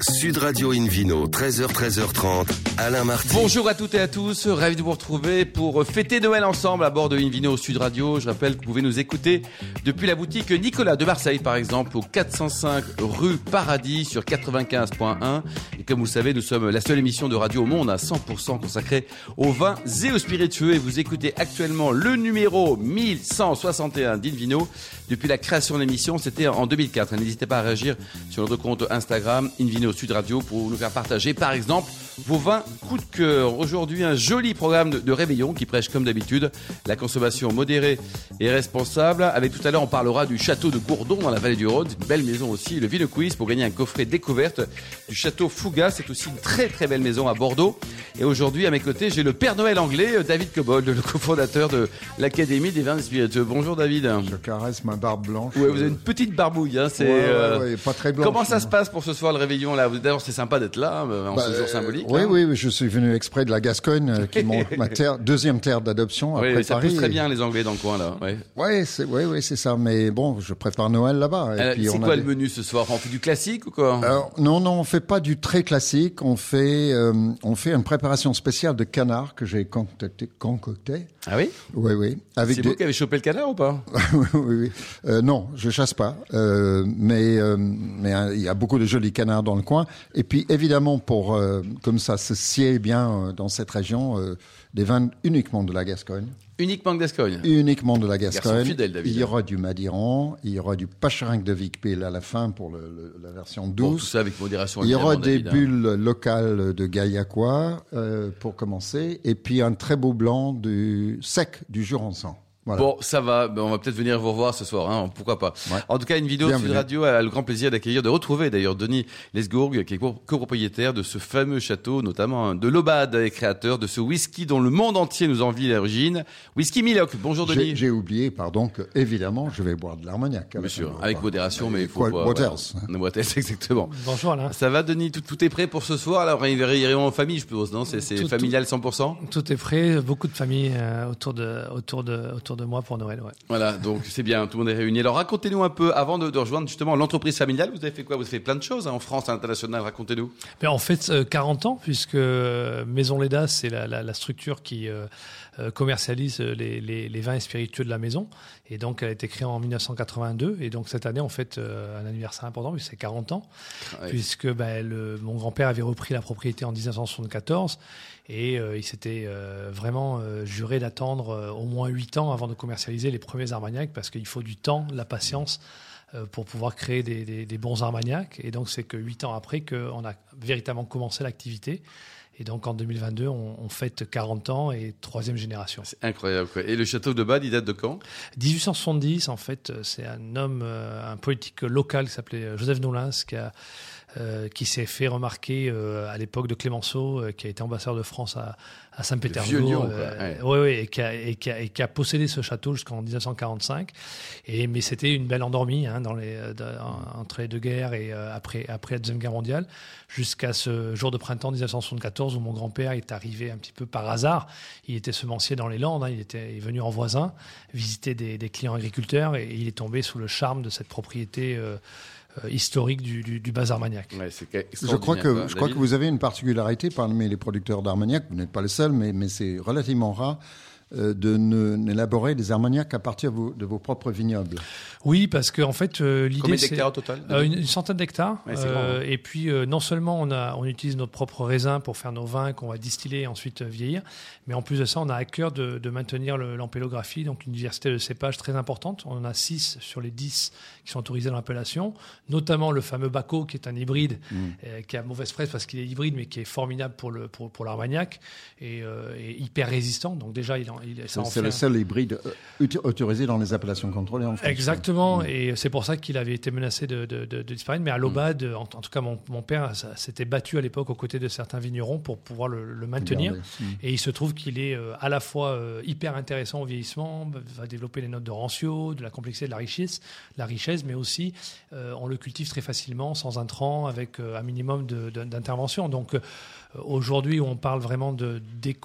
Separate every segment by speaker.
Speaker 1: Sud Radio Invino, 13h, 13h30, Alain Marty.
Speaker 2: Bonjour à toutes et à tous, ravi de vous retrouver pour fêter Noël ensemble à bord de Invino Sud Radio. Je rappelle que vous pouvez nous écouter depuis la boutique Nicolas de Marseille par exemple au 405 rue Paradis sur 95.1. Et comme vous le savez, nous sommes la seule émission de radio au monde à 100% consacrée aux vins et aux spiritueux. Et vous écoutez actuellement le numéro 1161 d'Invino. Depuis la création de l'émission, c'était en 2004. Et N'hésitez pas à réagir sur notre compte Instagram Invino Sud Radio pour nous faire partager par exemple vos 20 coups de cœur. Aujourd'hui, un joli programme de, de réveillon qui prêche comme d'habitude la consommation modérée et responsable. Avec tout à l'heure, on parlera du château de Gourdon dans la vallée du Rhône, une belle maison aussi. Le Vino Quiz pour gagner un coffret découverte du château Fougas. C'est aussi une très très belle maison à Bordeaux. Et aujourd'hui, à mes côtés, j'ai le Père Noël anglais, euh, David Cobold, le cofondateur de l'Académie des vins et spiritueux. Bonjour David.
Speaker 3: Je caresse ma barbe blanche.
Speaker 2: Ouais, vous avez une petite barbouille, hein, c'est.
Speaker 3: Ouais, ouais,
Speaker 2: euh,
Speaker 3: ouais, pas très blanche. hein.
Speaker 2: Comment ça se passe pour ce soir le réveillon là D'ailleurs, c'est sympa d'être là, mais en
Speaker 3: Bah,
Speaker 2: ce jour
Speaker 3: euh,
Speaker 2: symbolique.
Speaker 3: oui,
Speaker 2: hein.
Speaker 3: oui, oui, je suis venu exprès de la Gascogne, euh, qui est mon- ma terre, deuxième terre d'adoption
Speaker 2: Oui,
Speaker 3: après
Speaker 2: ça
Speaker 3: Paris.
Speaker 2: pousse très bien les Anglais dans le coin là. ouais.
Speaker 3: Ouais, c'est ouais, ouais, c'est ça. Mais bon, je prépare Noël là-bas. et
Speaker 2: Euh,
Speaker 3: puis
Speaker 2: c'est
Speaker 3: on
Speaker 2: quoi
Speaker 3: a
Speaker 2: le
Speaker 3: des- Euh,
Speaker 2: menu ce soir On fait du classique ou quoi
Speaker 3: Alors, non, non, on fait pas du très classique. On fait, euh, on fait une préparation spéciale de canard que j'ai concocté. concocté.
Speaker 2: Ah oui
Speaker 3: Oui, oui. Avec
Speaker 2: C'est
Speaker 3: des-
Speaker 2: vous qui avez chopé le canard ou pas
Speaker 3: oui, oui, oui. Euh, non, je chasse pas, Euh, mais euh, mais euh, il y a beaucoup de jolis canards dans le coin. Et puis évidemment, pour euh, comme ça se sied bien euh, dans cette région, euh, des vins uniquement de la Gascogne,
Speaker 2: Uniquement de Gascogne.
Speaker 3: uniquement de la
Speaker 2: Ah. Garçon
Speaker 3: Gascogne.
Speaker 2: fidèle, David.
Speaker 3: Il y aura du Madiran, il y aura du Pacharinque de Vicpil à la fin pour le- le- la version
Speaker 2: Bon, tout
Speaker 3: douce.
Speaker 2: ça avec modération.
Speaker 3: il y aura
Speaker 2: évidemment,
Speaker 3: des
Speaker 2: David, hein.
Speaker 3: bulles locales de Gaillacois euh, pour commencer, et puis un très beau blanc du sec du Jurançon. Voilà.
Speaker 2: Bon, ça va. Ben, on va peut-être venir vous revoir ce soir. Hein. Pourquoi pas
Speaker 3: Ouais.
Speaker 2: En tout cas, une vidéo
Speaker 3: Bienvenue.
Speaker 2: Sud Radio a le grand plaisir d'accueillir, de retrouver d'ailleurs Denis Lesgourg, qui est co- copropriétaire de ce fameux château, notamment hein, de l'Aubade, et créateur de ce whisky dont le monde entier nous envie l'origine. Whisky Miloc. Bonjour
Speaker 3: J'ai
Speaker 2: Denis.
Speaker 3: j'ai oublié, pardon, que évidemment, je vais boire de l'harmoniac.
Speaker 2: Bien
Speaker 3: un
Speaker 2: sûr,
Speaker 3: repas.
Speaker 2: avec modération, mais il faut
Speaker 3: Quoi-
Speaker 2: pas.
Speaker 3: Waters. hein.
Speaker 2: voilà. Waters, exactement.
Speaker 4: Bonjour Alain.
Speaker 2: Ça va, Denis tout, tout est prêt pour ce soir Alors, ils verront en famille, je suppose, non C'est c'est
Speaker 4: Tout-
Speaker 2: familial 100%
Speaker 4: Tout est prêt, beaucoup de familles euh, autour, de, autour, de, autour de moi pour Noël. Ouais.
Speaker 2: Voilà, donc c'est bien, tout le monde est réuni. Alors, racontez-nous un peu, avant de, de rejoindre justement l'entreprise familiale, vous avez fait quoi Vous avez fait plein de choses hein, en France, à l'international, racontez-nous.
Speaker 4: Mais en fait, euh, 40 ans, puisque euh, Maison Leda, c'est la, la- la structure qui euh, euh, commercialise euh, les, les- les vins et spiritueux de la maison. Et donc, elle a été créée en 1982. Et donc, cette année, on fête euh, un anniversaire important, puisque c'est 40 ans.
Speaker 2: Ouais.
Speaker 4: puisque ben, le- mon grand-père avait repris la propriété en 1974 et euh, il s'était euh, vraiment euh, juré d'attendre euh, au moins 8 ans avant de commercialiser les premiers Armagnacs parce qu'il faut du temps, de la patience euh, pour pouvoir créer des, des- des bons Armagnacs. Et donc c'est que 8 ans après qu'on a véritablement commencé l'activité. Et donc en 2022, on, on fête 40 ans et troisième génération.
Speaker 2: C'est incroyable, quoi. Et le château de Bade, il date de quand
Speaker 4: 1870, en fait, euh, c'est un homme, euh, un politique local qui s'appelait euh, Joseph Nolins, qui, a, euh, qui s'est fait remarquer euh, à l'époque de Clémenceau, euh, qui a été ambassadeur de France à, à Saint-Pétersbourg.
Speaker 2: vieux lion,
Speaker 4: euh,
Speaker 2: quoi,
Speaker 4: ouais, ouais, et, qui a, et qui a- et qui a possédé ce château jusqu'en 1945. Et, mais c'était une belle endormie hein, dans les, euh, dans- en- entre les deux guerres et euh, après, après la Deuxième Guerre mondiale, jusqu'à ce jour de printemps 1974 où mon grand-père est arrivé un petit peu par hasard. Il était semencier dans les Landes, hein, il, était, il est venu en voisin visiter des, des clients agriculteurs et il est tombé sous le charme de cette propriété euh, euh, historique du, du, du Bazar Magnac.
Speaker 2: Ouais, c'est
Speaker 3: Je crois,
Speaker 2: extraordinaire, quoi.
Speaker 3: que, je crois que
Speaker 2: David
Speaker 3: vous avez une particularité parmi les producteurs d'harmoniac. Vous n'êtes pas le seul, mais, mais c'est relativement rare euh, de ne- n'élaborer des harmoniacs à partir vos- de vos propres vignobles.
Speaker 4: Oui, parce qu'en en fait, euh, l'idée
Speaker 2: Combien
Speaker 4: c'est
Speaker 2: d'hectares au total
Speaker 4: euh, une, une centaine d'hectares.
Speaker 2: Ouais, c'est
Speaker 3: hein.
Speaker 4: Euh, et puis, euh, non seulement on, a, on utilise notre propre raisin pour faire nos vins qu'on va distiller et ensuite euh, vieillir, mais en plus de ça, on a à cœur de, de maintenir le- l'ampélographie, donc une diversité de cépages très importante. On en a 6 sur les 10 qui sont autorisés dans l'appellation, notamment le fameux Baco, qui est un hybride,
Speaker 3: Mmh.
Speaker 4: euh, qui a mauvaise presse parce qu'il est hybride, mais qui est formidable pour l'Armagnac pour, pour l'Armagnac et, euh, et hyper résistant. Donc déjà, il, en- il, ça en
Speaker 3: C'est
Speaker 4: fait
Speaker 3: le
Speaker 4: un-
Speaker 3: seul hybride euh, uti- autorisé dans les appellations contrôlées en France.
Speaker 4: Exactement, et c'est pour ça qu'il avait été menacé de, de- de- de disparaître. Mais
Speaker 3: Mm.
Speaker 4: à l'Aubade, en, en tout cas, mon, mon père ça, s'était battu à l'époque aux côtés de certains vignerons pour pouvoir le, le maintenir.
Speaker 3: Regardez.
Speaker 4: Et il se trouve qu'il est euh, à la fois euh, hyper intéressant au vieillissement, va développer les notes de rancio, de la complexité, de la richesse, la richesse mais aussi euh, on le cultive très facilement, sans intrants, avec euh, un minimum de- de- d'intervention. Donc, Aujourd'hui, où on parle vraiment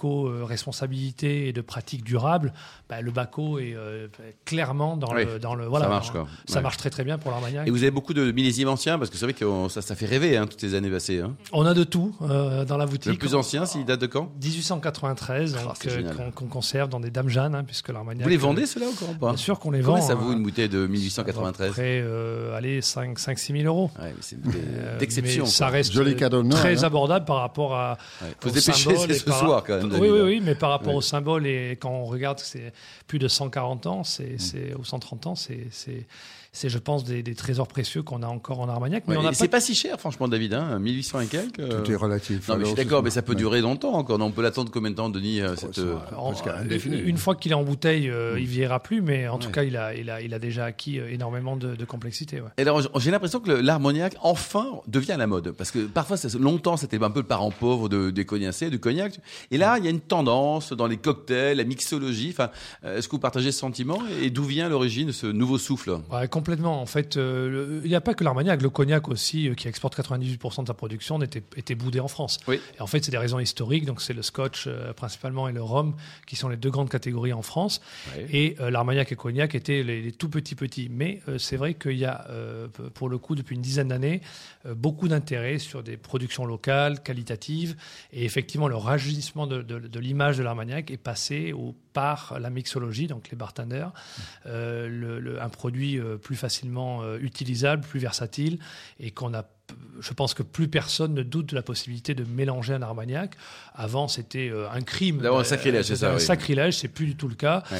Speaker 4: d'éco-responsabilité et de pratiques durables, bah, le Baco est euh, clairement dans
Speaker 2: Oui.
Speaker 4: le. Dans le voilà,
Speaker 2: Ça marche,
Speaker 4: dans-
Speaker 2: quoi.
Speaker 4: Ça
Speaker 2: Ouais.
Speaker 4: marche très très bien pour l'Armagnac.
Speaker 2: Et vous avez beaucoup de millésimes anciens parce que c'est vrai que on- ça, ça fait rêver hein, toutes les années passées. hein.
Speaker 4: On a de tout euh, dans la boutique.
Speaker 2: Le plus ancien, s'il date de quand
Speaker 4: 1893,
Speaker 2: Ah,
Speaker 4: donc,
Speaker 2: c'est
Speaker 4: euh,
Speaker 2: génial.
Speaker 4: qu'on qu'on conserve dans des dames Jeanne, hein, puisque l'Armagnac.
Speaker 2: Vous les vendez ceux-là encore ou pas
Speaker 4: Bien sûr qu'on les vend.
Speaker 2: Combien ça vaut
Speaker 4: hein.
Speaker 2: une bouteille de
Speaker 4: À
Speaker 2: 1893
Speaker 4: peu près, euh, allez, 5, 5 6 000 euros.
Speaker 2: Ouais, mais c'est une bouteille
Speaker 4: Euh,
Speaker 2: d'exception.
Speaker 4: mais ça
Speaker 2: quoi.
Speaker 4: reste
Speaker 3: Joli cadeau de Noël,
Speaker 4: très
Speaker 3: hein.
Speaker 4: abordable par rapport à.
Speaker 2: Ouais.
Speaker 4: au
Speaker 2: Faut se dépêcher,
Speaker 4: symbole
Speaker 2: c'est
Speaker 4: et
Speaker 2: ce
Speaker 4: par-
Speaker 2: soir quand même.
Speaker 4: Oui,
Speaker 2: David. hein.
Speaker 4: oui, oui, mais par rapport
Speaker 2: Ouais.
Speaker 4: au symbole et quand on regarde que c'est plus de 140 ans, c'est,
Speaker 2: Mm.
Speaker 4: c'est- ou 130 ans, c'est, c'est, c'est, je pense, des, des trésors précieux qu'on a encore en Armagnac. Mais
Speaker 2: Ouais,
Speaker 4: on
Speaker 2: et
Speaker 4: n'a
Speaker 2: c'est
Speaker 4: pas.
Speaker 2: pas si cher, franchement, David. Hein, 1800 et quelques. euh.
Speaker 3: Tout est relatif.
Speaker 2: Non, mais je suis
Speaker 3: Alors,
Speaker 2: d'accord,
Speaker 3: c'est-
Speaker 2: mais ça peut
Speaker 3: ouais. Oh,
Speaker 2: durer longtemps encore. Non, on peut l'attendre combien de temps, Denis euh, cette,
Speaker 3: ça va.
Speaker 2: euh,
Speaker 4: en-
Speaker 3: Parce qu'à indéfini.
Speaker 4: une fois qu'il est en bouteille, euh, il vieillira plus, mais en tout
Speaker 2: Mm. Ouais.
Speaker 4: cas, il a, il, a, il a déjà acquis euh, énormément de, de complexité. ouais.
Speaker 2: Et alors, j- j'ai l'impression que le- l'harmoniac, enfin, devient la mode. Parce que parfois, ça, longtemps, c'était un peu le parent pauvre de, des cognacés, du cognac. Et là, il y a une tendance dans les cocktails, la mixologie. Enfin, euh, est-ce que vous partagez ce sentiment Et d'où vient l'origine de ce nouveau souffle
Speaker 4: Ouais, complètement. En fait, euh, le- il n'y a pas que l'Armagnac, le cognac aussi, euh, qui exporte 98% de sa production, était, était boudé en France.
Speaker 2: Oui.
Speaker 4: Et en fait, c'est des raisons historiques. Donc, c'est le scotch euh, principalement et le rhum qui sont les deux grandes catégories en France.
Speaker 2: Ouais.
Speaker 4: Et euh, l'Armagnac et cognac étaient les, les tout petits petits. Mais euh, c'est vrai qu'il y a, euh, p- pour le coup, depuis une dizaine d'années, euh, beaucoup d'intérêt sur des productions locales, qualitatives. Et effectivement, le rajeunissement de, de- de l'image de l'Armagnac est passé au- par la mixologie, donc les bartenders. Euh, le- le- un produit euh, plus facilement euh, utilisable, plus versatile, et qu'on a. p- Je pense que plus personne ne doute de la possibilité de mélanger un armagnac. Avant, c'était euh, un crime. Euh,
Speaker 2: D'avoir un sacrilège, c'est ça,
Speaker 4: Un
Speaker 2: oui.
Speaker 4: sacrilège, c'est plus du tout le cas.
Speaker 2: Ouais.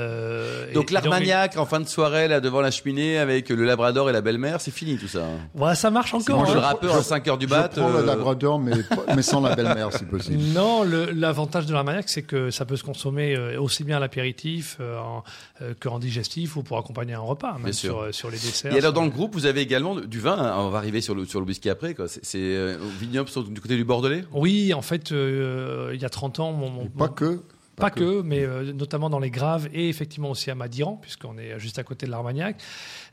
Speaker 4: Euh, et-
Speaker 2: Donc
Speaker 4: et
Speaker 2: l'harmagnac en fin de soirée, là, devant la cheminée, avec le labrador et la belle-mère, c'est fini tout ça. hein.
Speaker 4: Voilà, ça marche encore.
Speaker 3: Moi,
Speaker 2: Mange
Speaker 4: hein.
Speaker 2: le rappeur à 5 heures du bat.
Speaker 3: Je prends le
Speaker 2: euh,
Speaker 3: labrador, mais, pas- mais sans la belle-mère, si possible.
Speaker 4: Non, le- l'avantage de l'armagnac, c'est que ça peut se consommer euh, aussi bien à l'apéritif euh, en- euh, qu'en digestif ou pour accompagner un repas, même
Speaker 2: Bien sûr.
Speaker 4: sur, euh, sur les desserts.
Speaker 2: Et alors
Speaker 4: sur-
Speaker 2: dans le groupe, vous avez également du vin. hein, on va arriver sur le sur le whisky après. Quoi. C'est, c'est euh, au vignoble sur- du côté du Bordelais.
Speaker 4: Oui, en fait, euh, il y a 30 ans, mon, mon-
Speaker 3: Et Pas
Speaker 4: mon-
Speaker 3: que.
Speaker 4: Pas que, mais euh, notamment dans les Graves et effectivement aussi à Madiran, puisqu'on est juste à côté de l'Armagnac.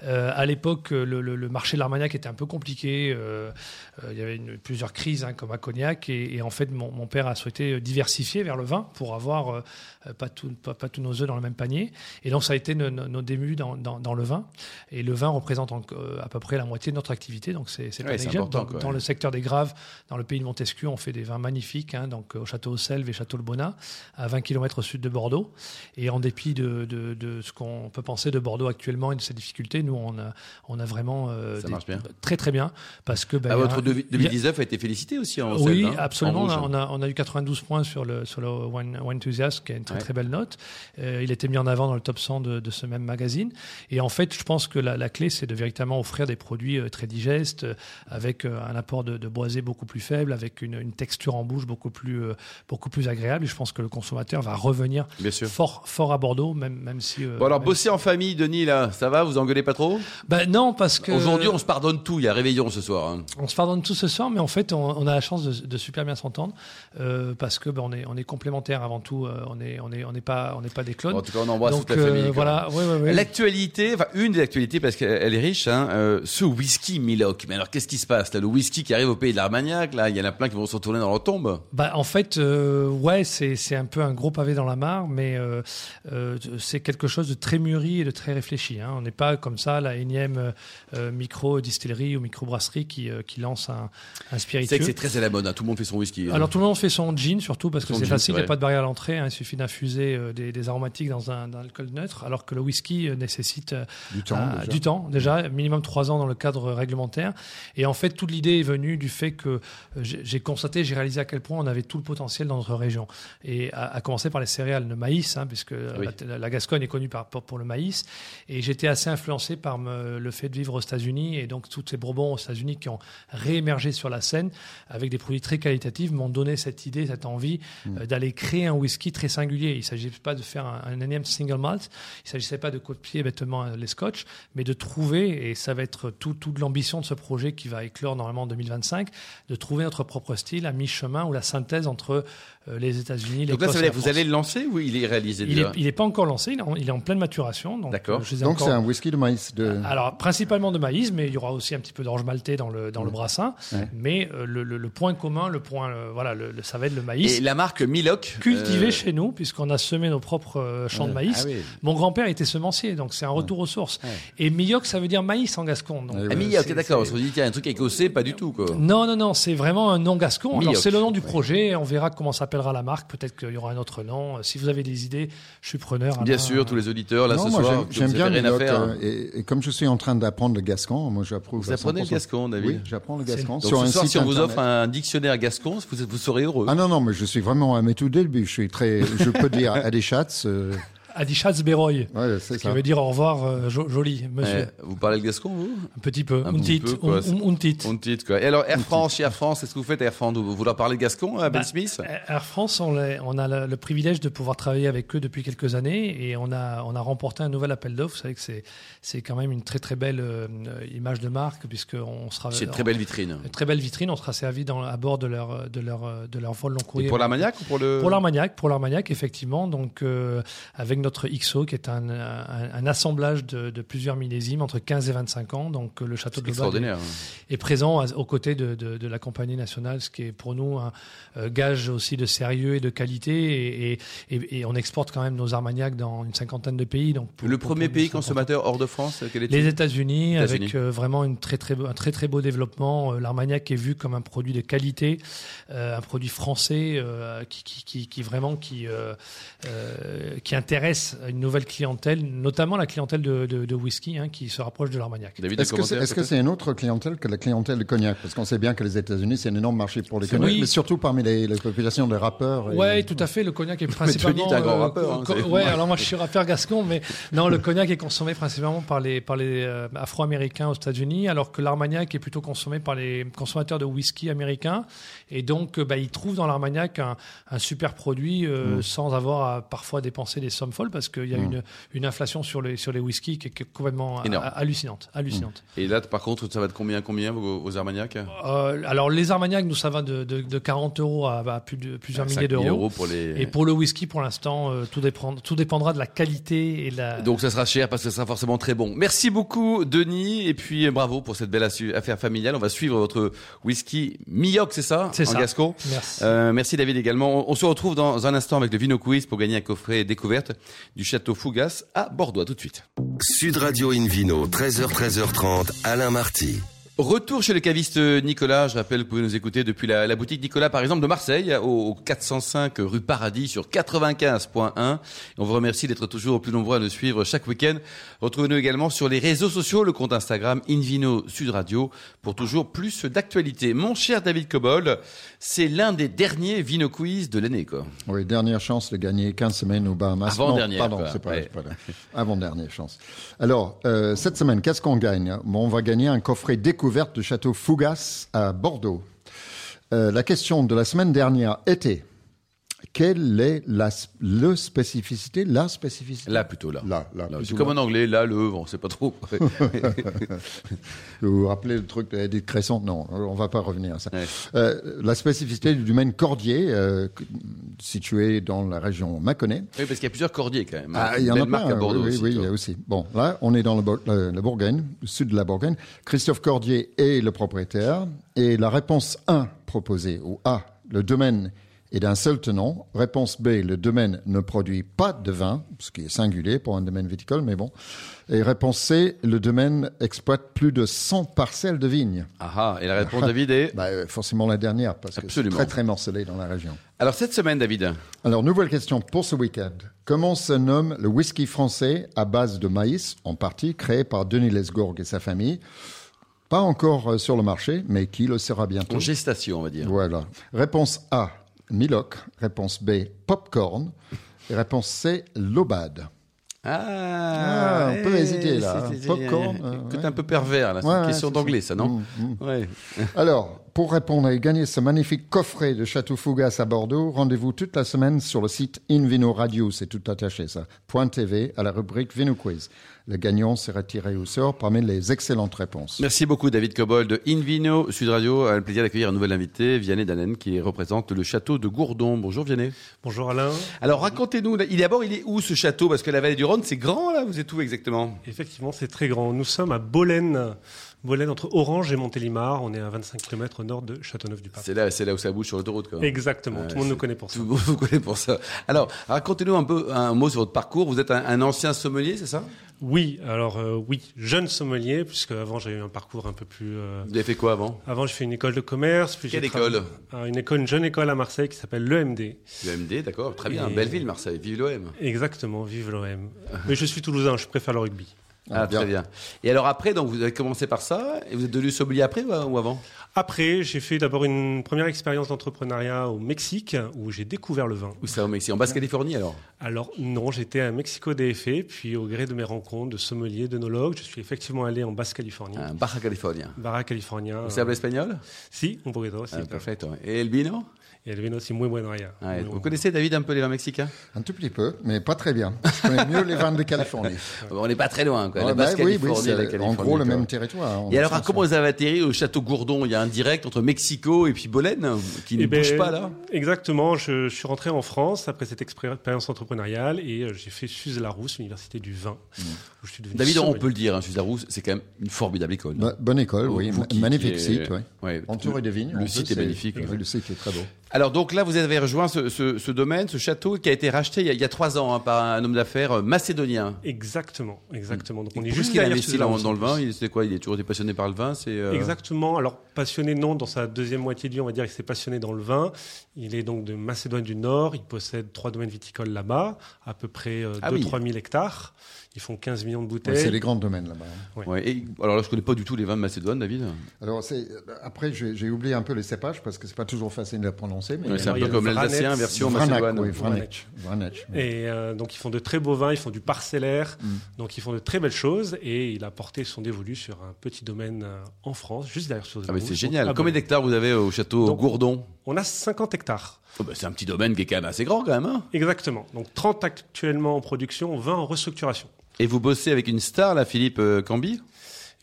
Speaker 4: Euh, à l'époque, euh, le, le- le marché de l'Armagnac était un peu compliqué. euh, euh, il y avait une- plusieurs crises, hein, comme à Cognac. Et, et en fait, mon, mon père a souhaité euh, diversifier vers le vin pour avoir euh, euh, pas, tout- pas- pas tous nos œufs dans le même panier. Et donc, ça a été nos, nos- nos débuts dans, dans- dans le vin. Et le vin représente en- euh, à peu près la moitié de notre activité. Donc, c'est c'est pas
Speaker 2: Ouais, c'est
Speaker 4: négligeable.
Speaker 2: important,
Speaker 4: Dans-
Speaker 2: quoi.
Speaker 4: dans le secteur des Graves, dans le pays de Montesquieu, on fait des vins magnifiques, hein, donc euh, au château Selve et château Le Bonat, à 20 km au sud de Bordeaux. Et en dépit de, de- de ce qu'on peut penser de Bordeaux actuellement et de ses difficultés, nous, on a, on a vraiment. euh,
Speaker 2: Ça marche bien.
Speaker 4: Très, très bien. Parce que. bah,
Speaker 2: Ah,
Speaker 4: il y a
Speaker 2: votre
Speaker 4: un-
Speaker 2: devi-
Speaker 4: il y a-
Speaker 2: 2019 a été félicité aussi en
Speaker 4: oui,
Speaker 2: Seine, hein, en
Speaker 4: absolument. On
Speaker 2: rouge.
Speaker 4: a, on, a, on a eu 92 points sur le, sur le One, One Enthusiast, qui est une très
Speaker 2: Ouais.
Speaker 4: très belle note. Euh, il était mis en avant dans le top 100 de, de ce même magazine. Et en fait, je pense que la, la clé, c'est de véritablement offrir des produits euh, très digestes, euh, avec euh, un apport de, de boisé beaucoup plus faible, avec une, une texture en bouche beaucoup plus, euh, beaucoup plus agréable. Et je pense que le consommateur va revenir
Speaker 2: Bien sûr.
Speaker 4: fort, fort à Bordeaux, même, même si. euh,
Speaker 2: Bon alors
Speaker 4: même-
Speaker 2: bosser en famille, Denis là, ça va Vous engueulez pas trop
Speaker 4: Ben non, parce que.
Speaker 2: Aujourd'hui, on se pardonne tout. Il y a réveillon ce soir. hein.
Speaker 4: On se pardonne tout ce soir, mais en fait, on, on a la chance de, de super bien s'entendre euh, parce que ben, on est on est complémentaires avant tout. euh, on est on est on n'est pas on n'est pas des clones.
Speaker 2: En tout cas, on embrasse
Speaker 4: Donc
Speaker 2: toute la
Speaker 4: euh,
Speaker 2: famille. quoi.
Speaker 4: voilà, ouais, ouais, ouais.
Speaker 2: L'actualité, enfin une des actualités parce qu'elle est riche, hein, euh, ce whisky Miloc. Mais alors qu'est-ce qui se passe là Le whisky qui arrive au pays de l'Armagnac, là, il y en a plein qui vont se retourner dans leur tombe.
Speaker 4: Bah, en fait, euh, ouais, c'est c'est un peu un gros pavé dans la mare, mais euh, euh, c'est quelque chose de très mûri et de très réfléchi. hein. On n'est pas comme ça la énième euh, micro distillerie ou micro brasserie qui euh, qui lance un, un
Speaker 2: C'est vrai que
Speaker 4: spiritueux.
Speaker 2: c'est très à la mode. hein, Tout le monde fait son whisky. hein.
Speaker 4: Alors tout le monde fait son gin surtout parce que
Speaker 2: Son
Speaker 4: c'est
Speaker 2: gin,
Speaker 4: facile, il n'y
Speaker 2: ouais.
Speaker 4: a pas de barrière à l'entrée, hein, il suffit d'infuser euh, des, des aromatiques dans un, dans un alcool neutre, alors que le whisky euh, nécessite euh,
Speaker 3: Du temps,
Speaker 4: ah,
Speaker 3: déjà.
Speaker 4: du temps, déjà, minimum trois ans dans le cadre réglementaire. Et en fait, toute l'idée est venue du fait que euh, j'ai j'ai constaté, j'ai réalisé à quel point on avait tout le potentiel dans notre région. Et à, à commencer par les céréales, le maïs, hein, puisque euh,
Speaker 2: Oui.
Speaker 4: la, la- la Gascogne est connue par, pour, pour le maïs. Et j'étais assez influencé par me- le fait de vivre aux États-Unis et donc tous ces bourbons aux États-Unis qui ont réémergé sur la scène avec des produits très qualitatifs m'ont donné cette idée, cette envie
Speaker 2: Mm.
Speaker 4: euh, d'aller créer un whisky très singulier. Il ne s'agit pas de faire un, un énième single malt, il ne s'agissait pas de copier bêtement euh, les scotch, mais de trouver, et ça va être tout, toute l'ambition de ce projet qui va éclore normalement en 2025, de trouver notre propre style à mi-chemin ou la synthèse entre euh, les États-Unis, les
Speaker 2: Donc là, ça veut dire que vous Vous allez le lancer ou il est réalisé
Speaker 4: Il
Speaker 2: déjà
Speaker 4: est, il est pas encore lancé, il est en, il est en pleine maturation. Donc,
Speaker 2: D'accord.
Speaker 4: euh, je les ai
Speaker 3: Donc
Speaker 4: encore- Ah,
Speaker 3: c'est un whisky de maïs. De...
Speaker 4: Alors, principalement de maïs, mais il y aura aussi un petit peu d'orange maltais dans le, dans le brassin.
Speaker 3: Ouais.
Speaker 4: Mais euh, le, le- le point commun, le point, euh, voilà, le, le- ça va être le
Speaker 2: Et
Speaker 4: maïs
Speaker 2: la marque Miloc.
Speaker 4: cultivé
Speaker 2: euh,
Speaker 4: chez nous, puisqu'on a semé nos propres euh, champs de maïs.
Speaker 2: Ah oui.
Speaker 4: Mon grand-père était semencier, donc c'est un retour aux sources. Et milloc, ça veut dire maïs en gascon. donc,
Speaker 3: Ah
Speaker 2: Ah,
Speaker 4: euh,
Speaker 2: Miloc,
Speaker 4: c'est-
Speaker 2: d'accord. On
Speaker 4: c'est-
Speaker 2: se dit, tiens, un truc écossais, pas du tout, quoi.
Speaker 4: Non, non, non, c'est vraiment un nom gascon. Alors,
Speaker 2: Milloc.
Speaker 4: C'est le nom du projet. On verra comment s'appellera la marque. Peut-être qu'il y aura un autre nom. Euh, Si vous avez des idées, je suis preneur.
Speaker 2: Bien
Speaker 4: Alain.
Speaker 2: sûr, tous les auditeurs, là,
Speaker 3: Non,
Speaker 2: ce
Speaker 3: moi
Speaker 2: soir,
Speaker 3: j'aime- j'aime
Speaker 2: vous
Speaker 3: bien
Speaker 2: avez rien à
Speaker 3: Miloc,
Speaker 2: faire. hein.
Speaker 3: euh, et, et comme je suis en train d'apprendre le gascon, moi j'approuve.
Speaker 2: Vous
Speaker 3: à
Speaker 2: apprenez le
Speaker 3: 100%.
Speaker 2: gascon, David
Speaker 3: Oui, j'apprends le gascon.
Speaker 2: Donc,
Speaker 3: sur
Speaker 2: ce
Speaker 3: un
Speaker 2: soir,
Speaker 3: site
Speaker 2: si on vous
Speaker 3: internet.
Speaker 2: offre un dictionnaire gascon, vous, vous serez heureux.
Speaker 3: Ah non, non, mais je suis vraiment à mes tout débuts. Je suis très, je peux dire à des chats. euh,
Speaker 4: Adichatz Beroy.
Speaker 3: ouais,
Speaker 4: Ce
Speaker 3: c'est
Speaker 4: qui
Speaker 3: ça.
Speaker 4: veut dire au revoir, euh, jo- joli, monsieur.
Speaker 2: Eh, vous parlez le gascon, vous
Speaker 4: Un petit peu.
Speaker 2: Un
Speaker 4: Un
Speaker 2: petit
Speaker 4: petit.
Speaker 2: peu, quoi.
Speaker 4: Un petit.
Speaker 2: On titre, quoi. Et alors, Air France, chez Air France, qu'est-ce que vous faites, Air France Vous vous leur parlez de gascon, à Ben
Speaker 4: Bah,
Speaker 2: Smith
Speaker 4: Air France, on, l'a- on a le, le privilège de pouvoir travailler avec eux depuis quelques années et on a, on a remporté un nouvel appel d'offres. Vous savez que c'est, c'est quand même une très très belle euh, image de marque puisqu'on sera.
Speaker 2: C'est une très belle vitrine.
Speaker 4: Une très belle vitrine, on sera servi dans, à bord de leur, de leur, de leur vol long
Speaker 2: Et
Speaker 4: courrier.
Speaker 2: pour l'Armagnac ou pour le.
Speaker 4: Pour l'Armagnac, pour l'Armagnac, effectivement, donc euh, avec notre XO qui est un, un- un assemblage de, de plusieurs millésimes entre 15 et 25 ans, donc euh, le château de Lausanne
Speaker 2: Extraordinaire.
Speaker 4: est, est présent à- aux côtés de, de- de la compagnie nationale, ce qui est pour nous un euh, gage aussi de sérieux et de qualité, et, et- et- et on exporte quand même nos Armagnacs dans une cinquantaine de pays. Donc pour-
Speaker 2: Le
Speaker 4: pour-
Speaker 2: premier
Speaker 4: pour-
Speaker 2: pays
Speaker 4: nous, on est
Speaker 2: consommateur hors de France, quel est-il
Speaker 4: les États-Unis,
Speaker 2: États-Unis.
Speaker 4: avec euh, vraiment une très, très, beau- un très très beau développement. Euh, L'armagnac est vu comme un produit de qualité, euh, un produit français euh, qui, qui, qui, qui vraiment qui, euh, euh, qui intéresse une nouvelle clientèle, notamment la clientèle de, de, de whisky hein, qui se rapproche de l'armagnac.
Speaker 2: David,
Speaker 3: Est-ce
Speaker 2: un
Speaker 3: que c'est
Speaker 2: commentaire,
Speaker 3: est-ce que
Speaker 2: peut-être
Speaker 3: c'est une autre clientèle que la clientèle de cognac Parce qu'on sait bien que les États-Unis, c'est un énorme marché pour les
Speaker 4: C'est
Speaker 3: cognacs,
Speaker 4: oui.
Speaker 3: mais surtout parmi les, les populations de rappeurs. et-
Speaker 4: Ouais, tout à fait. Le cognac est principalement.
Speaker 2: t'es un grand
Speaker 4: euh,
Speaker 2: rappeur, hein,
Speaker 4: co-
Speaker 2: c'est-
Speaker 4: ouais, alors moi je suis rappeur gascon, mais non, le cognac est consommé principalement par les par les euh, Afro-américains aux États-Unis, alors que l'armagnac est plutôt consommé par les consommateurs de whisky américains. Et donc, euh, bah, ils trouvent dans l'armagnac un, un super produit
Speaker 2: Mm.
Speaker 4: euh, sans avoir à parfois dépenser des sommes folles, parce qu'il y a une une inflation sur les sur les whiskies qui est complètement
Speaker 2: Énorme. Mm.
Speaker 4: ha- hallucinante, hallucinante.
Speaker 2: Et là, par contre, ça va de combien, combien aux, aux Armagnacs
Speaker 4: Euh, alors les armagnacs, nous ça va de de, de 40 euros à, à plus de plusieurs
Speaker 2: 5
Speaker 4: milliers
Speaker 2: 000
Speaker 4: d'euros.
Speaker 2: pour les.
Speaker 4: Et pour le whisky, pour l'instant, euh, tout, dépend- tout dépendra de la qualité et de la.
Speaker 2: Donc ça sera cher parce que ça sera forcément très bon. Merci beaucoup Denis et puis euh, bravo pour cette belle assu- affaire familiale. On va suivre votre whisky Mioc, c'est ça
Speaker 4: C'est
Speaker 2: En
Speaker 4: ça.
Speaker 2: gascon.
Speaker 4: Merci.
Speaker 2: Euh, merci David également. On, on se retrouve dans un instant avec le Vino Quiz pour gagner un coffret découverte du château Fougas à Bordeaux. À tout de suite.
Speaker 1: Sud Radio Invino, 13h, 13h30, Alain Marty.
Speaker 2: Retour chez le caviste Nicolas. Je rappelle que vous pouvez nous écouter depuis la, la boutique Nicolas, par exemple, de Marseille, hein, au, au 405 rue Paradis sur 95.1. Et On vous remercie d'être toujours plus nombreux à nous suivre chaque week-end. Retrouvez-nous également sur les réseaux sociaux, le compte Instagram Invino Sud Radio, pour toujours plus d'actualités. Mon cher David Cobol, c'est l'un des derniers Vino Quiz de l'année, quoi.
Speaker 3: Oui, dernière chance de gagner 15 semaines aux Bahamas. Non,
Speaker 2: Avant-dernière,
Speaker 3: Pardon,
Speaker 2: quoi.
Speaker 3: c'est pas,
Speaker 2: Ouais.
Speaker 3: c'est pas là. Avant-dernière chance. Alors, euh, cette semaine, qu'est-ce qu'on gagne Bon, On va gagner un coffret découverte du château Fougas à Bordeaux. Euh, la question de la semaine dernière était quelle est la, sp- le spécificité, la spécificité
Speaker 2: Là, plutôt là.
Speaker 3: Là, là,
Speaker 2: Là,
Speaker 3: plutôt
Speaker 2: c'est comme en anglais, là, le, on sait pas trop.
Speaker 3: Vous vous rappelez le truc d'Edith Cresson Non, on va pas revenir à ça.
Speaker 2: Ouais.
Speaker 3: Euh, la spécificité du domaine Cordier, euh, situé dans la région Mâconnais.
Speaker 2: oui, parce qu'il y a plusieurs cordiers, quand même.
Speaker 3: Ah, il y en a
Speaker 2: Belle marque
Speaker 3: plein,
Speaker 2: à Bordeaux
Speaker 3: oui,
Speaker 2: aussi,
Speaker 3: oui,
Speaker 2: tu
Speaker 3: il y
Speaker 2: vois.
Speaker 3: a aussi. Bon, là, on est dans le, Bo- le- la Bourgogne, le sud de la Bourgogne. Christophe Cordier est le propriétaire. Et la réponse 1 proposée, ou A, le domaine est d'un seul tenant. Réponse B, le domaine ne produit pas de vin, ce qui est singulier pour un domaine viticole, mais bon. Et réponse C, le domaine exploite plus de 100 parcelles de vignes.
Speaker 2: Ah, ah, et la réponse, David, est...
Speaker 3: Bah, euh, forcément la dernière, parce que c'est
Speaker 2: Absolument.
Speaker 3: très très morcelé dans la région.
Speaker 2: Alors cette semaine, David,
Speaker 3: Alors, nouvelle question pour ce week-end. Comment se nomme le whisky français à base de maïs, en partie créé par Denis Lesgourgues et sa famille Pas encore euh, sur le marché, mais qui le sera bientôt.
Speaker 2: en gestation, on va dire.
Speaker 3: Voilà. Réponse A, Miloc. Réponse B, Popcorn. Et réponse C, Lobad.
Speaker 2: Ah,
Speaker 3: Ah, on peut
Speaker 2: eh,
Speaker 3: hésiter, là,
Speaker 2: c'est- c'est-
Speaker 3: popcorn, euh,
Speaker 2: Côté
Speaker 3: ouais.
Speaker 2: un peu pervers, là. C'est
Speaker 3: Ouais,
Speaker 2: une
Speaker 3: ouais,
Speaker 2: question
Speaker 3: c'est
Speaker 2: d'anglais, ça, non
Speaker 3: Mm, mm.
Speaker 2: Ouais.
Speaker 3: Alors, pour répondre et gagner ce magnifique coffret de Château Fougas à Bordeaux, rendez-vous toute la semaine sur le site Invino Radio, c'est tout attaché ça, point .tv à la rubrique Vino Quiz. Le gagnant sera tiré au sort parmi les excellentes réponses.
Speaker 2: Merci beaucoup, David Cobol de Invino Sud Radio. Un plaisir d'accueillir un nouvel invité, Vianney Danen, qui représente le château de Gourdon. Bonjour, Vianney.
Speaker 5: Bonjour Alain.
Speaker 2: Alors, racontez-nous, là, il- d'abord, il est où ce château Parce que la vallée du Rhône, c'est grand, là. Vous êtes où exactement
Speaker 5: Effectivement, c'est très grand. Nous sommes à Bolène. Bolène entre Orange et Montélimar. On est à 25 km au nord de Châteauneuf-du-Pape.
Speaker 2: C'est là, c'est là où ça bouge sur l'autoroute, quoi.
Speaker 5: Exactement.
Speaker 2: Ouais,
Speaker 5: Tout le monde nous
Speaker 2: c'est-
Speaker 5: connaît pour ça.
Speaker 2: Tout le monde vous connaît pour ça. Alors, racontez-nous un peu un mot sur votre parcours. Vous êtes un, un ancien sommelier, c'est ça
Speaker 5: Oui, alors euh, oui, jeune sommelier, puisque avant j'ai eu un parcours un peu plus. euh,
Speaker 2: Vous avez fait quoi avant
Speaker 5: Avant, j'ai fait une école de commerce. Puis
Speaker 2: Quelle
Speaker 5: j'ai travaillé
Speaker 2: école
Speaker 5: à Une école, une jeune école à Marseille qui s'appelle l'EMD.
Speaker 2: L'OMD, d'accord. Très bien.
Speaker 5: Et-
Speaker 2: Belle ville, Marseille. Vive l'OM.
Speaker 5: Exactement. Vive l'OM. Mais je suis toulousain. Je préfère le rugby.
Speaker 2: Ah,
Speaker 3: Ah,
Speaker 2: très bien. Et alors après, donc vous avez commencé par ça et vous êtes devenu sommelier après ou ou avant
Speaker 5: Après, j'ai fait d'abord une première expérience d'entrepreneuriat au Mexique, où j'ai découvert le vin.
Speaker 2: Ou ça au Mexique En Basse-Californie alors
Speaker 5: Alors non, j'étais à Mexico DFE, puis au gré de mes rencontres de sommeliers, d'œnologues, je suis effectivement allé en
Speaker 3: Oh.
Speaker 5: Basse-Californie,
Speaker 2: Un Baja California.
Speaker 5: Barra California.
Speaker 3: Ah.
Speaker 2: Vous savez l'espagnol
Speaker 5: Si, un poquito, si.
Speaker 2: Ah, Parfait. ouais. Et el vino
Speaker 5: Et el vino, si muy bueno allá.
Speaker 2: Ouais.
Speaker 5: Muy
Speaker 2: Vous
Speaker 5: bueno.
Speaker 2: connaissez David un peu les vins mexicains
Speaker 3: Un tout petit peu, mais pas très bien. Je connais mieux les vins de Californie.
Speaker 2: Bon, On n'est pas très loin quoi.
Speaker 3: Ouais,
Speaker 2: la
Speaker 3: bah oui,
Speaker 2: Basse-Californie
Speaker 3: oui,
Speaker 2: et la
Speaker 3: c'est en
Speaker 2: Californie,
Speaker 3: gros le
Speaker 2: quoi.
Speaker 3: même territoire. hein, On
Speaker 2: Et alors,
Speaker 3: sent
Speaker 2: ah,
Speaker 3: ça.
Speaker 2: comment vous avez atterri au château Gourdon Il y a un direct entre Mexico et puis Bolène hein, qui ne
Speaker 5: Eh ben,
Speaker 2: bouge pas là
Speaker 5: Exactement, je, je suis rentré en France après cette expérience entrepreneuriale et euh, j'ai fait Suze Larousse, l'université du vin, où je suis devenu
Speaker 2: Mm. David, on
Speaker 5: sommelier.
Speaker 2: peut le dire, hein, Suze Larousse, c'est quand même une formidable école.
Speaker 3: Bo- Bonne école, Bah, oui.
Speaker 2: Vous
Speaker 3: ma-
Speaker 2: qui-
Speaker 3: magnifique
Speaker 2: qui est-
Speaker 3: site, oui.
Speaker 2: ouais.
Speaker 3: Entouré de vignes.
Speaker 2: Le
Speaker 3: en plus,
Speaker 2: site est
Speaker 3: c'est-
Speaker 2: magnifique.
Speaker 3: oui, Le site est très beau.
Speaker 2: Alors donc là, vous avez rejoint ce, ce- ce domaine, ce château qui a été racheté il y a, il y a trois ans hein, par un homme d'affaires euh, macédonien.
Speaker 5: Exactement, exactement. Donc on
Speaker 2: Pourquoi
Speaker 5: est juste
Speaker 2: Mm. il a
Speaker 5: derrière
Speaker 2: investi
Speaker 5: Suze
Speaker 2: dans,
Speaker 5: Larousse,
Speaker 2: dans le
Speaker 5: en
Speaker 2: vin.
Speaker 5: plus.
Speaker 2: Il était quoi Il est toujours été passionné par le vin. C'est euh,
Speaker 5: Exactement. Alors, passionné, non, dans sa deuxième moitié de vie, on va dire qu'il s'est passionné dans le vin. Il est donc de Macédoine du Nord. Il possède trois domaines viticoles là-bas, à peu près euh,
Speaker 2: Ah oui.
Speaker 5: 2-3 000 hectares. Ils font 15 millions de
Speaker 3: Ouais, C'est
Speaker 5: bouteilles.
Speaker 3: les grands domaines là-bas.
Speaker 2: Ouais, et- alors là, je connais pas du tout les vins de Macédoine, David.
Speaker 3: Alors, c'est- euh, après, j'ai j'ai oublié un peu les cépages parce que c'est pas toujours facile à prononcer. Mais
Speaker 2: Ouais, c'est un
Speaker 5: alors,
Speaker 2: peu
Speaker 5: il y a
Speaker 2: comme
Speaker 5: le
Speaker 2: l'alsacien
Speaker 5: Vranet.
Speaker 2: version
Speaker 3: Vranac,
Speaker 2: macédoine.
Speaker 3: oui, Vranac. Vranac, oui.
Speaker 5: et euh, donc, ils font de très beaux vins, ils font du parcellaire.
Speaker 2: Mm.
Speaker 5: Donc, ils font de très belles choses. Et il a porté son dévolu sur un petit domaine euh, en France, juste derrière sur
Speaker 2: Ah, mais c'est génial. Combien d'hectares vous avez au château
Speaker 5: Donc-
Speaker 2: Gourdon
Speaker 5: bah, On a 50 hectares.
Speaker 2: Oh, bah, C'est un petit domaine qui est quand même assez grand quand même. hein.
Speaker 5: Exactement. Donc, 30 actuellement en production, 20 en restructuration.
Speaker 2: et vous bossez avec une star, là, Philippe euh, Cambi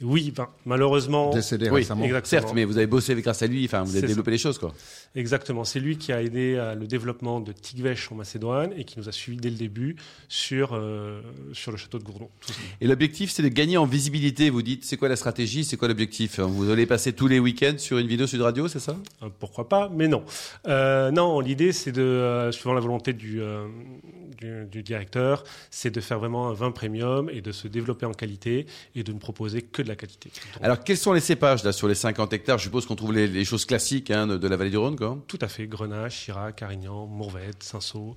Speaker 5: Oui, ben, malheureusement.
Speaker 3: Décédé
Speaker 2: Oui,
Speaker 3: récemment.
Speaker 5: exact. Exactement.
Speaker 2: Certes, mais vous avez bossé avec grâce à lui, enfin, vous avez
Speaker 5: C'est
Speaker 2: développé les choses, quoi.
Speaker 5: Exactement, c'est lui qui a aidé à le développement de Tigvesh en Macédoine et qui nous a suivis dès le début sur, euh, sur le château de Gourdon. tout simplement.
Speaker 2: Et l'objectif, c'est de gagner en visibilité. Vous dites, c'est quoi la stratégie C'est quoi l'objectif Vous allez passer tous les week-ends sur une vidéo Sud Radio, c'est ça
Speaker 5: Euh, Pourquoi pas, mais non. Euh, non, l'idée, c'est de, euh, suivant la volonté du, euh, du, du directeur, c'est de faire vraiment un vin premium et de se développer en qualité et de ne proposer que de la qualité. Donc,
Speaker 2: Alors, quels sont les cépages, là, sur les 50 hectares Je suppose qu'on trouve les, les choses classiques hein, de, de la vallée du Rhône, quoi.
Speaker 5: tout à fait, Grenache, Chirac, Carignan, Mourvèdre, Cinsault,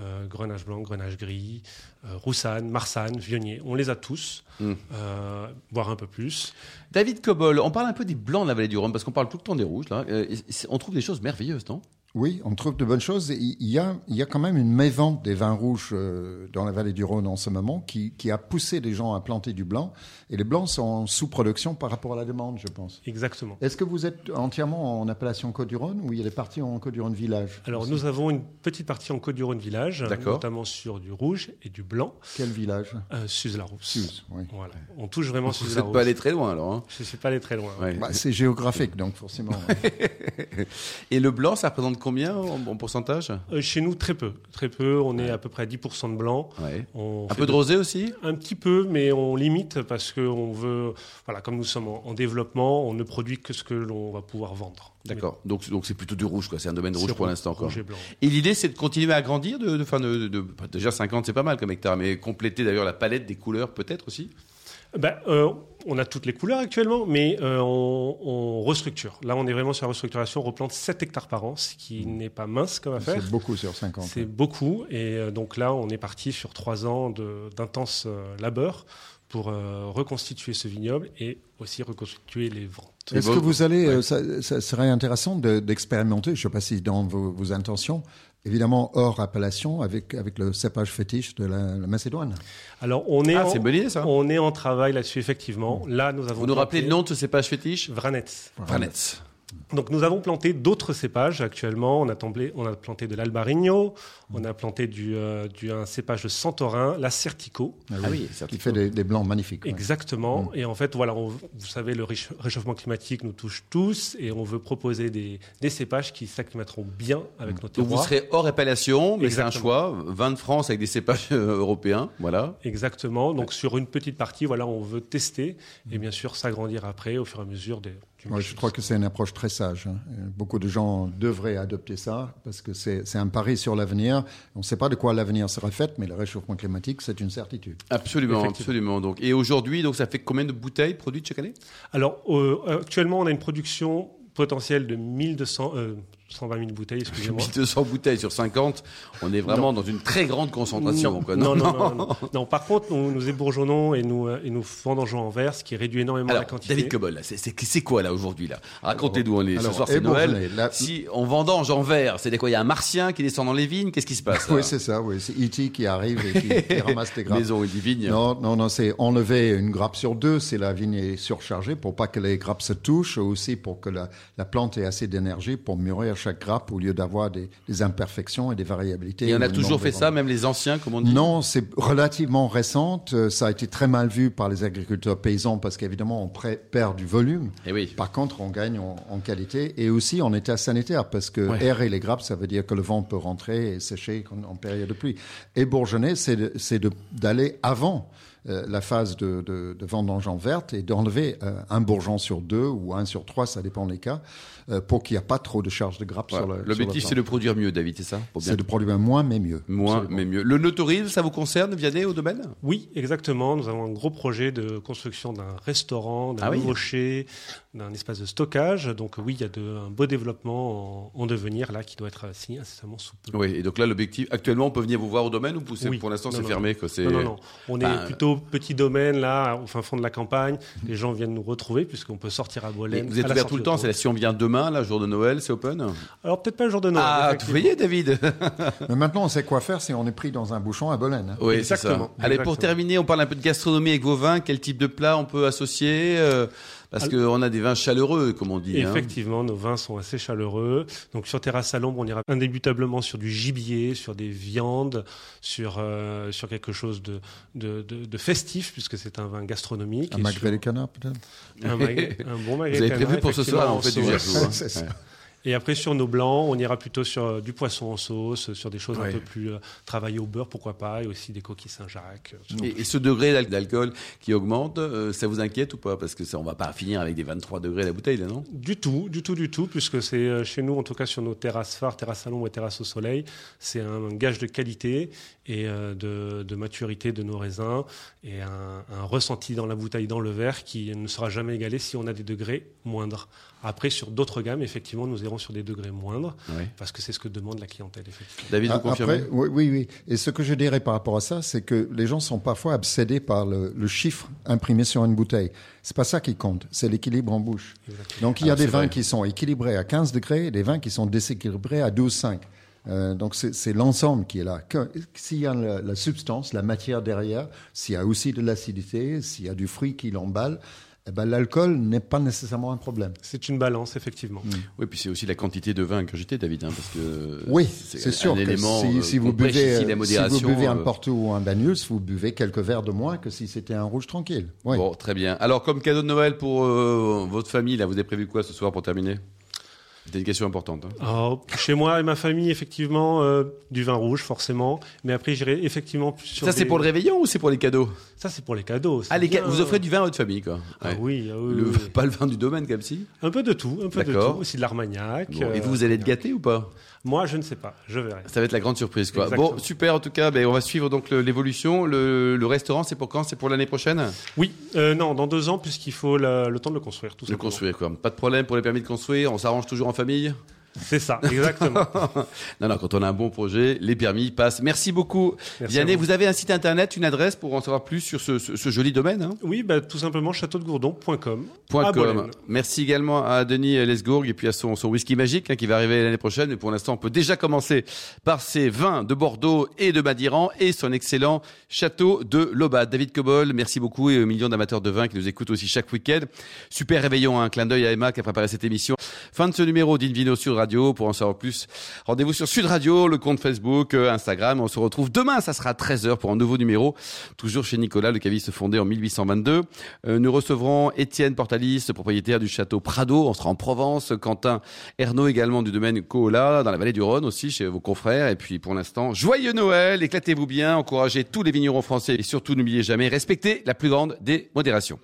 Speaker 5: euh, Grenache blanc, Grenache gris, euh, Roussanne, Marsanne, Vionnier. On les a tous,
Speaker 2: Mm.
Speaker 5: euh, voire un peu plus.
Speaker 2: David Cobol, on parle un peu des blancs de la vallée du Rhône, parce qu'on parle tout le temps des rouges, là. Euh, et c'est- on trouve des choses merveilleuses, non
Speaker 3: Oui, on trouve de bonnes choses. Et Il y a, il y a quand même une mévente des vins rouges euh, dans la vallée du Rhône en ce moment qui, qui a poussé les gens à planter du blanc. Et les blancs sont en sous-production par rapport à la demande, je pense.
Speaker 5: Exactement.
Speaker 3: Est-ce que vous êtes entièrement en appellation Côte-du-Rhône ou il y a des parties en Côte-du-Rhône village
Speaker 5: Alors nous avons une petite partie en Côte-du-Rhône village,
Speaker 2: D'accord.
Speaker 5: notamment sur du rouge et du blanc,
Speaker 3: Quel village
Speaker 5: euh, Suze-la-Rousse.
Speaker 3: Suse, oui.
Speaker 5: Voilà, on touche vraiment
Speaker 2: Vous
Speaker 5: Suze la
Speaker 2: n'êtes pas allé très loin, alors. hein.
Speaker 5: Je ne suis pas allé très loin.
Speaker 2: Ouais.
Speaker 3: Bah, C'est géographique, donc forcément.
Speaker 2: Et le blanc, ça représente combien en, en pourcentage
Speaker 5: Euh, chez nous, très peu, très peu. On est à peu près à 10% de blanc.
Speaker 2: Ouais.
Speaker 5: On
Speaker 2: Un
Speaker 5: fait
Speaker 2: peu de rosé aussi
Speaker 5: Un petit peu, mais on limite parce que on veut, voilà, comme nous sommes en, en développement, on ne produit que ce que l'on va pouvoir vendre.
Speaker 2: D'accord. Donc donc c'est plutôt du rouge quoi. C'est un domaine
Speaker 5: Mais
Speaker 2: rouge
Speaker 5: c'est
Speaker 2: pour
Speaker 5: rou-
Speaker 2: l'instant quoi.
Speaker 5: rouge et blanc.
Speaker 2: Et l'idée c'est de continuer à grandir. De, de, enfin, de- de- de- déjà 50 c'est pas mal comme hectare, mais compléter d'ailleurs la palette des couleurs peut-être aussi.
Speaker 5: Ben, euh, on a toutes les couleurs actuellement, mais euh, on, on restructure. Là, on est vraiment sur la restructuration. On replante 7 hectares par an, ce qui
Speaker 2: Mmh.
Speaker 5: n'est pas mince comme affaire.
Speaker 3: C'est beaucoup sur 50.
Speaker 5: C'est beaucoup. Et euh, donc là, on est parti sur trois ans de- d'intense euh, labeur pour euh, reconstituer ce vignoble et aussi reconstituer les ventes.
Speaker 3: Est-ce que
Speaker 2: bon,
Speaker 3: vous allez,
Speaker 2: ouais.
Speaker 3: euh, ça, ça serait intéressant de- d'expérimenter, je ne sais pas si dans vos, vos intentions, évidemment hors appellation, avec, avec le cépage fétiche de la, la Macédoine.
Speaker 5: Alors, on est,
Speaker 2: Ah,
Speaker 5: en,
Speaker 2: c'est une bonne idée, ça. Mmh.
Speaker 5: on est en travail là-dessus, effectivement. Là, nous avons.
Speaker 2: Vous nous rappelez le
Speaker 5: planté
Speaker 2: nom de ce cépage fétiche
Speaker 5: Vranets.
Speaker 2: Vranetz.
Speaker 5: Donc nous avons planté d'autres cépages actuellement. On a, temblé- on a planté de l'albarigno, on a planté du, euh, du- un cépage de Santorin, la Certico.
Speaker 2: Ah oui, c'est un
Speaker 3: qui
Speaker 2: petit
Speaker 3: fait des, des blancs magnifiques. ouais. Mm.
Speaker 5: Exactement. Et en fait, voilà, on- vous savez, le réch- réchauffement climatique nous touche tous et on veut proposer des, des cépages qui s'acclimateront bien avec
Speaker 3: Mm.
Speaker 5: nos
Speaker 2: Donc vous
Speaker 5: terroirs.
Speaker 2: serez hors appellation, mais c'est un
Speaker 5: Exactement.
Speaker 2: choix. Vin de France avec des cépages euh, européens, voilà.
Speaker 5: Exactement. Donc sur une petite partie, voilà, on veut tester et bien sûr s'agrandir après au fur et à mesure des, du
Speaker 3: Moi, Mm. je crois que c'est une approche très sage. hein. Beaucoup de gens devraient adopter ça parce que c'est c'est un pari sur l'avenir. On ne sait pas de quoi l'avenir sera fait, mais le réchauffement climatique, c'est une certitude.
Speaker 2: Absolument,
Speaker 5: Effectivement.
Speaker 2: absolument. Donc, et aujourd'hui, donc ça fait combien de bouteilles produites chaque année
Speaker 5: Alors, euh, actuellement, on a une production potentielle de 1200, euh, 120 000 bouteilles, excusez-moi.
Speaker 2: 200 bouteilles sur 50. On est vraiment dans une très grande concentration.
Speaker 5: Non,
Speaker 2: quoi.
Speaker 5: non, non, non, non, non. Non, par contre, nous, nous ébourgeonnons et nous, euh, et nous vendangeons en verre, ce qui réduit énormément
Speaker 2: Alors,
Speaker 5: la quantité.
Speaker 2: David Cobol, là, c'est- c'est c'est quoi là aujourd'hui là Racontez-nous, on est ce
Speaker 3: alors,
Speaker 2: soir c'est
Speaker 3: et bon,
Speaker 2: Noël.
Speaker 3: venez, là-
Speaker 2: Si on vendange en verre, c'est quoi Il y a un martien qui descend dans les vignes, qu'est-ce qui se passe là
Speaker 3: Oui, c'est ça. Oui, c'est E.T. qui arrive et qui, qui ramasse tes grappes.
Speaker 2: Maison et des vignes.
Speaker 3: Non, non, non, c'est enlever une grappe sur deux si la vigne est surchargée pour pas que les grappes se touchent, aussi pour que la, la plante ait assez d'énergie pour mûrir chaque grappe au lieu d'avoir des, des imperfections et des variabilités.
Speaker 2: Et on a
Speaker 3: au
Speaker 2: toujours
Speaker 3: nombre
Speaker 2: fait
Speaker 3: des
Speaker 2: ça, même les anciens, comme on dit.
Speaker 3: Non, c'est relativement récente. Euh, Ça a été très mal vu par les agriculteurs paysans parce qu'évidemment, on pré- perd du volume.
Speaker 2: Eh oui.
Speaker 3: Par contre, on gagne en, en qualité et aussi en état sanitaire parce que
Speaker 2: Ouais.
Speaker 3: aérer les grappes, ça veut dire que le vent peut rentrer et sécher en, en période de pluie. Et bourgeonner, c'est de- c'est de- d'aller avant euh, la phase de, de, de vendange en verte et d'enlever euh, un bourgeon sur deux ou un sur trois, ça dépend des cas, euh, pour qu'il n'y ait pas trop de charge de grappes
Speaker 2: Voilà.
Speaker 3: sur le
Speaker 2: L'objectif, c'est de produire mieux, David, c'est ça Pour bien- Mm.
Speaker 3: c'est de produire moins mais mieux.
Speaker 2: Moins, mais mieux. Le notorisme, ça vous concerne, Vianney, au domaine
Speaker 5: Oui, exactement. Nous avons un gros projet de construction d'un restaurant, d'un
Speaker 2: Ah oui.
Speaker 5: nouveau chez, d'un espace de stockage. Donc oui, il y a de, un beau développement en, en devenir là qui doit être euh, signé incessamment sous peu.
Speaker 2: Oui, et donc là, l'objectif, actuellement, on peut venir vous voir au domaine ou vous- c'est-
Speaker 5: Oui.
Speaker 2: pour l'instant,
Speaker 5: Non,
Speaker 2: c'est
Speaker 5: non,
Speaker 2: fermé que c'est...
Speaker 5: Non, non, non. On est
Speaker 2: Bah,
Speaker 5: plutôt petit domaine, là, au fin fond de la campagne. Les gens viennent nous retrouver, puisqu'on peut sortir à
Speaker 2: Mais
Speaker 5: Boilène.
Speaker 2: Vous êtes ouvert tout le temps, c'est si on vient demain, là, jour de Noël, c'est open
Speaker 5: Alors, peut-être pas le jour de Noël.
Speaker 2: Ah, vous
Speaker 5: effectivement.
Speaker 2: voyez, David
Speaker 3: Mais maintenant, on sait quoi faire si on est pris dans un bouchon à Bolène. hein.
Speaker 2: Oui, c'est ça.
Speaker 5: Exactement.
Speaker 2: Allez, pour
Speaker 5: Exactement.
Speaker 2: terminer, on parle un peu de gastronomie avec vos vins. Quel type de plat on peut associer euh, Parce qu'on a des vins chaleureux, comme on dit. hein.
Speaker 5: Effectivement, nos vins sont assez chaleureux. Donc, sur Terrasse à l'ombre, on ira indébutablement sur du gibier, sur des viandes, sur, euh, sur quelque chose de, de, de- de festif, puisque c'est un vin gastronomique.
Speaker 3: Un
Speaker 5: et
Speaker 3: magret des canards, peut-être
Speaker 5: sur- un, magret- un bon
Speaker 2: Vous
Speaker 5: magret
Speaker 2: avez
Speaker 5: canard,
Speaker 2: prévu pour ce soir, en fait, du hein.
Speaker 5: effectivement, en
Speaker 2: verre.
Speaker 5: sauce.
Speaker 3: C'est ça.
Speaker 5: Et après, sur nos blancs, on ira plutôt sur euh, du poisson en sauce, sur des choses
Speaker 2: Ouais.
Speaker 5: un peu plus euh, travaillées au beurre, pourquoi pas, et aussi des coquilles Saint-Jacques. euh, ce
Speaker 2: Et, et ce degré d'al- d'alcool qui augmente, euh, ça vous inquiète ou pas Parce que ça, on va pas finir avec des 23 degrés la bouteille, là, non
Speaker 5: Du tout, du tout, du tout, puisque c'est euh, chez nous, en tout cas sur nos terrasses phares, terrasses à l'ombre et terrasses au soleil, c'est un gage de qualité et euh, de, de maturité de nos raisins et un, un ressenti dans la bouteille, dans le verre, qui ne sera jamais égalé si on a des degrés moindres. Après, sur d'autres gammes, effectivement, nous irons sur des degrés moindres,
Speaker 2: Oui.
Speaker 5: parce que c'est ce que demande la clientèle, effectivement.
Speaker 2: David, vous
Speaker 3: Ah,
Speaker 2: confirmez
Speaker 3: après, oui, oui, oui. Et ce que je dirais par rapport à ça, c'est que les gens sont parfois obsédés par le, le chiffre imprimé sur une bouteille. C'est pas ça qui compte, c'est l'équilibre en bouche. Donc il y a
Speaker 2: Ah,
Speaker 3: des
Speaker 2: c'est
Speaker 3: vins
Speaker 2: vrai.
Speaker 3: qui sont équilibrés à 15 degrés et des vins qui sont déséquilibrés à 12,5. Euh, donc c'est c'est l'ensemble qui est là. Que- S'il y a la, la substance, la matière derrière, s'il y a aussi de l'acidité, s'il y a du fruit qui l'emballe, eh ben, l'alcool n'est pas nécessairement un problème.
Speaker 5: C'est une balance, effectivement.
Speaker 2: Oui, puis c'est aussi la quantité de vin ingurgité, David, hein, parce que
Speaker 3: Oui, c'est sûr
Speaker 2: un
Speaker 3: que
Speaker 2: élément,
Speaker 3: si,
Speaker 2: euh,
Speaker 3: si
Speaker 2: qu'on
Speaker 3: vous
Speaker 2: prêche
Speaker 3: buvez,
Speaker 2: ici, la
Speaker 3: euh, si
Speaker 2: modération,
Speaker 3: vous buvez un
Speaker 2: euh,
Speaker 3: Porto ou un Bagnus, vous buvez quelques verres de moins que si c'était un rouge tranquille. Oui.
Speaker 2: Bon, très bien. Alors, comme cadeau de Noël pour euh, votre famille, là, vous avez prévu quoi ce soir pour terminer C'était une question importante. hein.
Speaker 5: Alors, Ah, chez moi et ma famille, effectivement, euh, du vin rouge, forcément. Mais après, j'irai effectivement plus sur
Speaker 2: Ça, c'est
Speaker 5: des-
Speaker 2: pour le réveillon ou c'est pour les cadeaux
Speaker 5: Ça, c'est pour les cadeaux. c'est
Speaker 2: Ah, les
Speaker 5: bien.
Speaker 2: ca- vous offrez du vin à votre famille, quoi.
Speaker 5: Ah
Speaker 2: Ouais.
Speaker 5: oui, ah oui,
Speaker 2: Le-
Speaker 5: oui, oui.
Speaker 2: Pas le vin du domaine, comme si.
Speaker 5: Un peu de tout, un peu de
Speaker 2: D'accord.
Speaker 5: tout. Aussi de l'armagnac.
Speaker 2: Bon, Et
Speaker 5: euh,
Speaker 2: vous, vous allez être gâté ou pas
Speaker 5: Moi, je ne sais pas, je verrai.
Speaker 2: Ça va être la grande surprise, quoi.
Speaker 5: Exactement.
Speaker 2: Bon, super, en tout cas, ben, on va suivre donc le- l'évolution. Le, le restaurant, c'est pour quand C'est pour l'année prochaine
Speaker 5: Oui, euh, non, dans deux ans, puisqu'il faut le, le temps de le construire. Tout
Speaker 2: Le
Speaker 5: simplement.
Speaker 2: construire, quoi. Pas de problème pour les permis de construire, on s'arrange toujours en famille
Speaker 5: C'est ça, exactement.
Speaker 2: non, non, quand on a un bon projet, les permis passent. Merci beaucoup,
Speaker 5: Merci
Speaker 2: Vianney.
Speaker 5: à vous.
Speaker 2: Vous. avez un site internet, une adresse pour en savoir plus sur ce, ce- ce joli domaine hein
Speaker 5: Oui, bah, tout simplement châteaudegourdon.com.
Speaker 2: Point
Speaker 5: à
Speaker 2: com.
Speaker 5: Bolène.
Speaker 2: Merci également à Denis Lesgourg et puis à son, son whisky magique hein, qui va arriver l'année prochaine. Mais pour l'instant, on peut déjà commencer par ses vins de Bordeaux et de Madiran et son excellent château de Lobade. David Cobol, merci beaucoup et aux millions d'amateurs de vin qui nous écoutent aussi chaque week-end. Super réveillon, hein. un clin d'œil à Emma qui a préparé cette émission. Fin de ce numéro d'Invino Sud Radio. Pour en savoir plus, rendez-vous sur Sud Radio, le compte Facebook, euh, Instagram. On se retrouve demain, ça sera 13h pour un nouveau numéro. Toujours chez Nicolas, le caviste fondé en 1822. Euh, nous recevrons Étienne Portalis, propriétaire du château Prado. On sera en Provence. Quentin Ernaud également du domaine Coola, dans la vallée du Rhône aussi, chez vos confrères. Et puis pour l'instant, joyeux Noël, éclatez-vous bien, encouragez tous les vignerons français et surtout n'oubliez jamais, respectez la plus grande des modérations.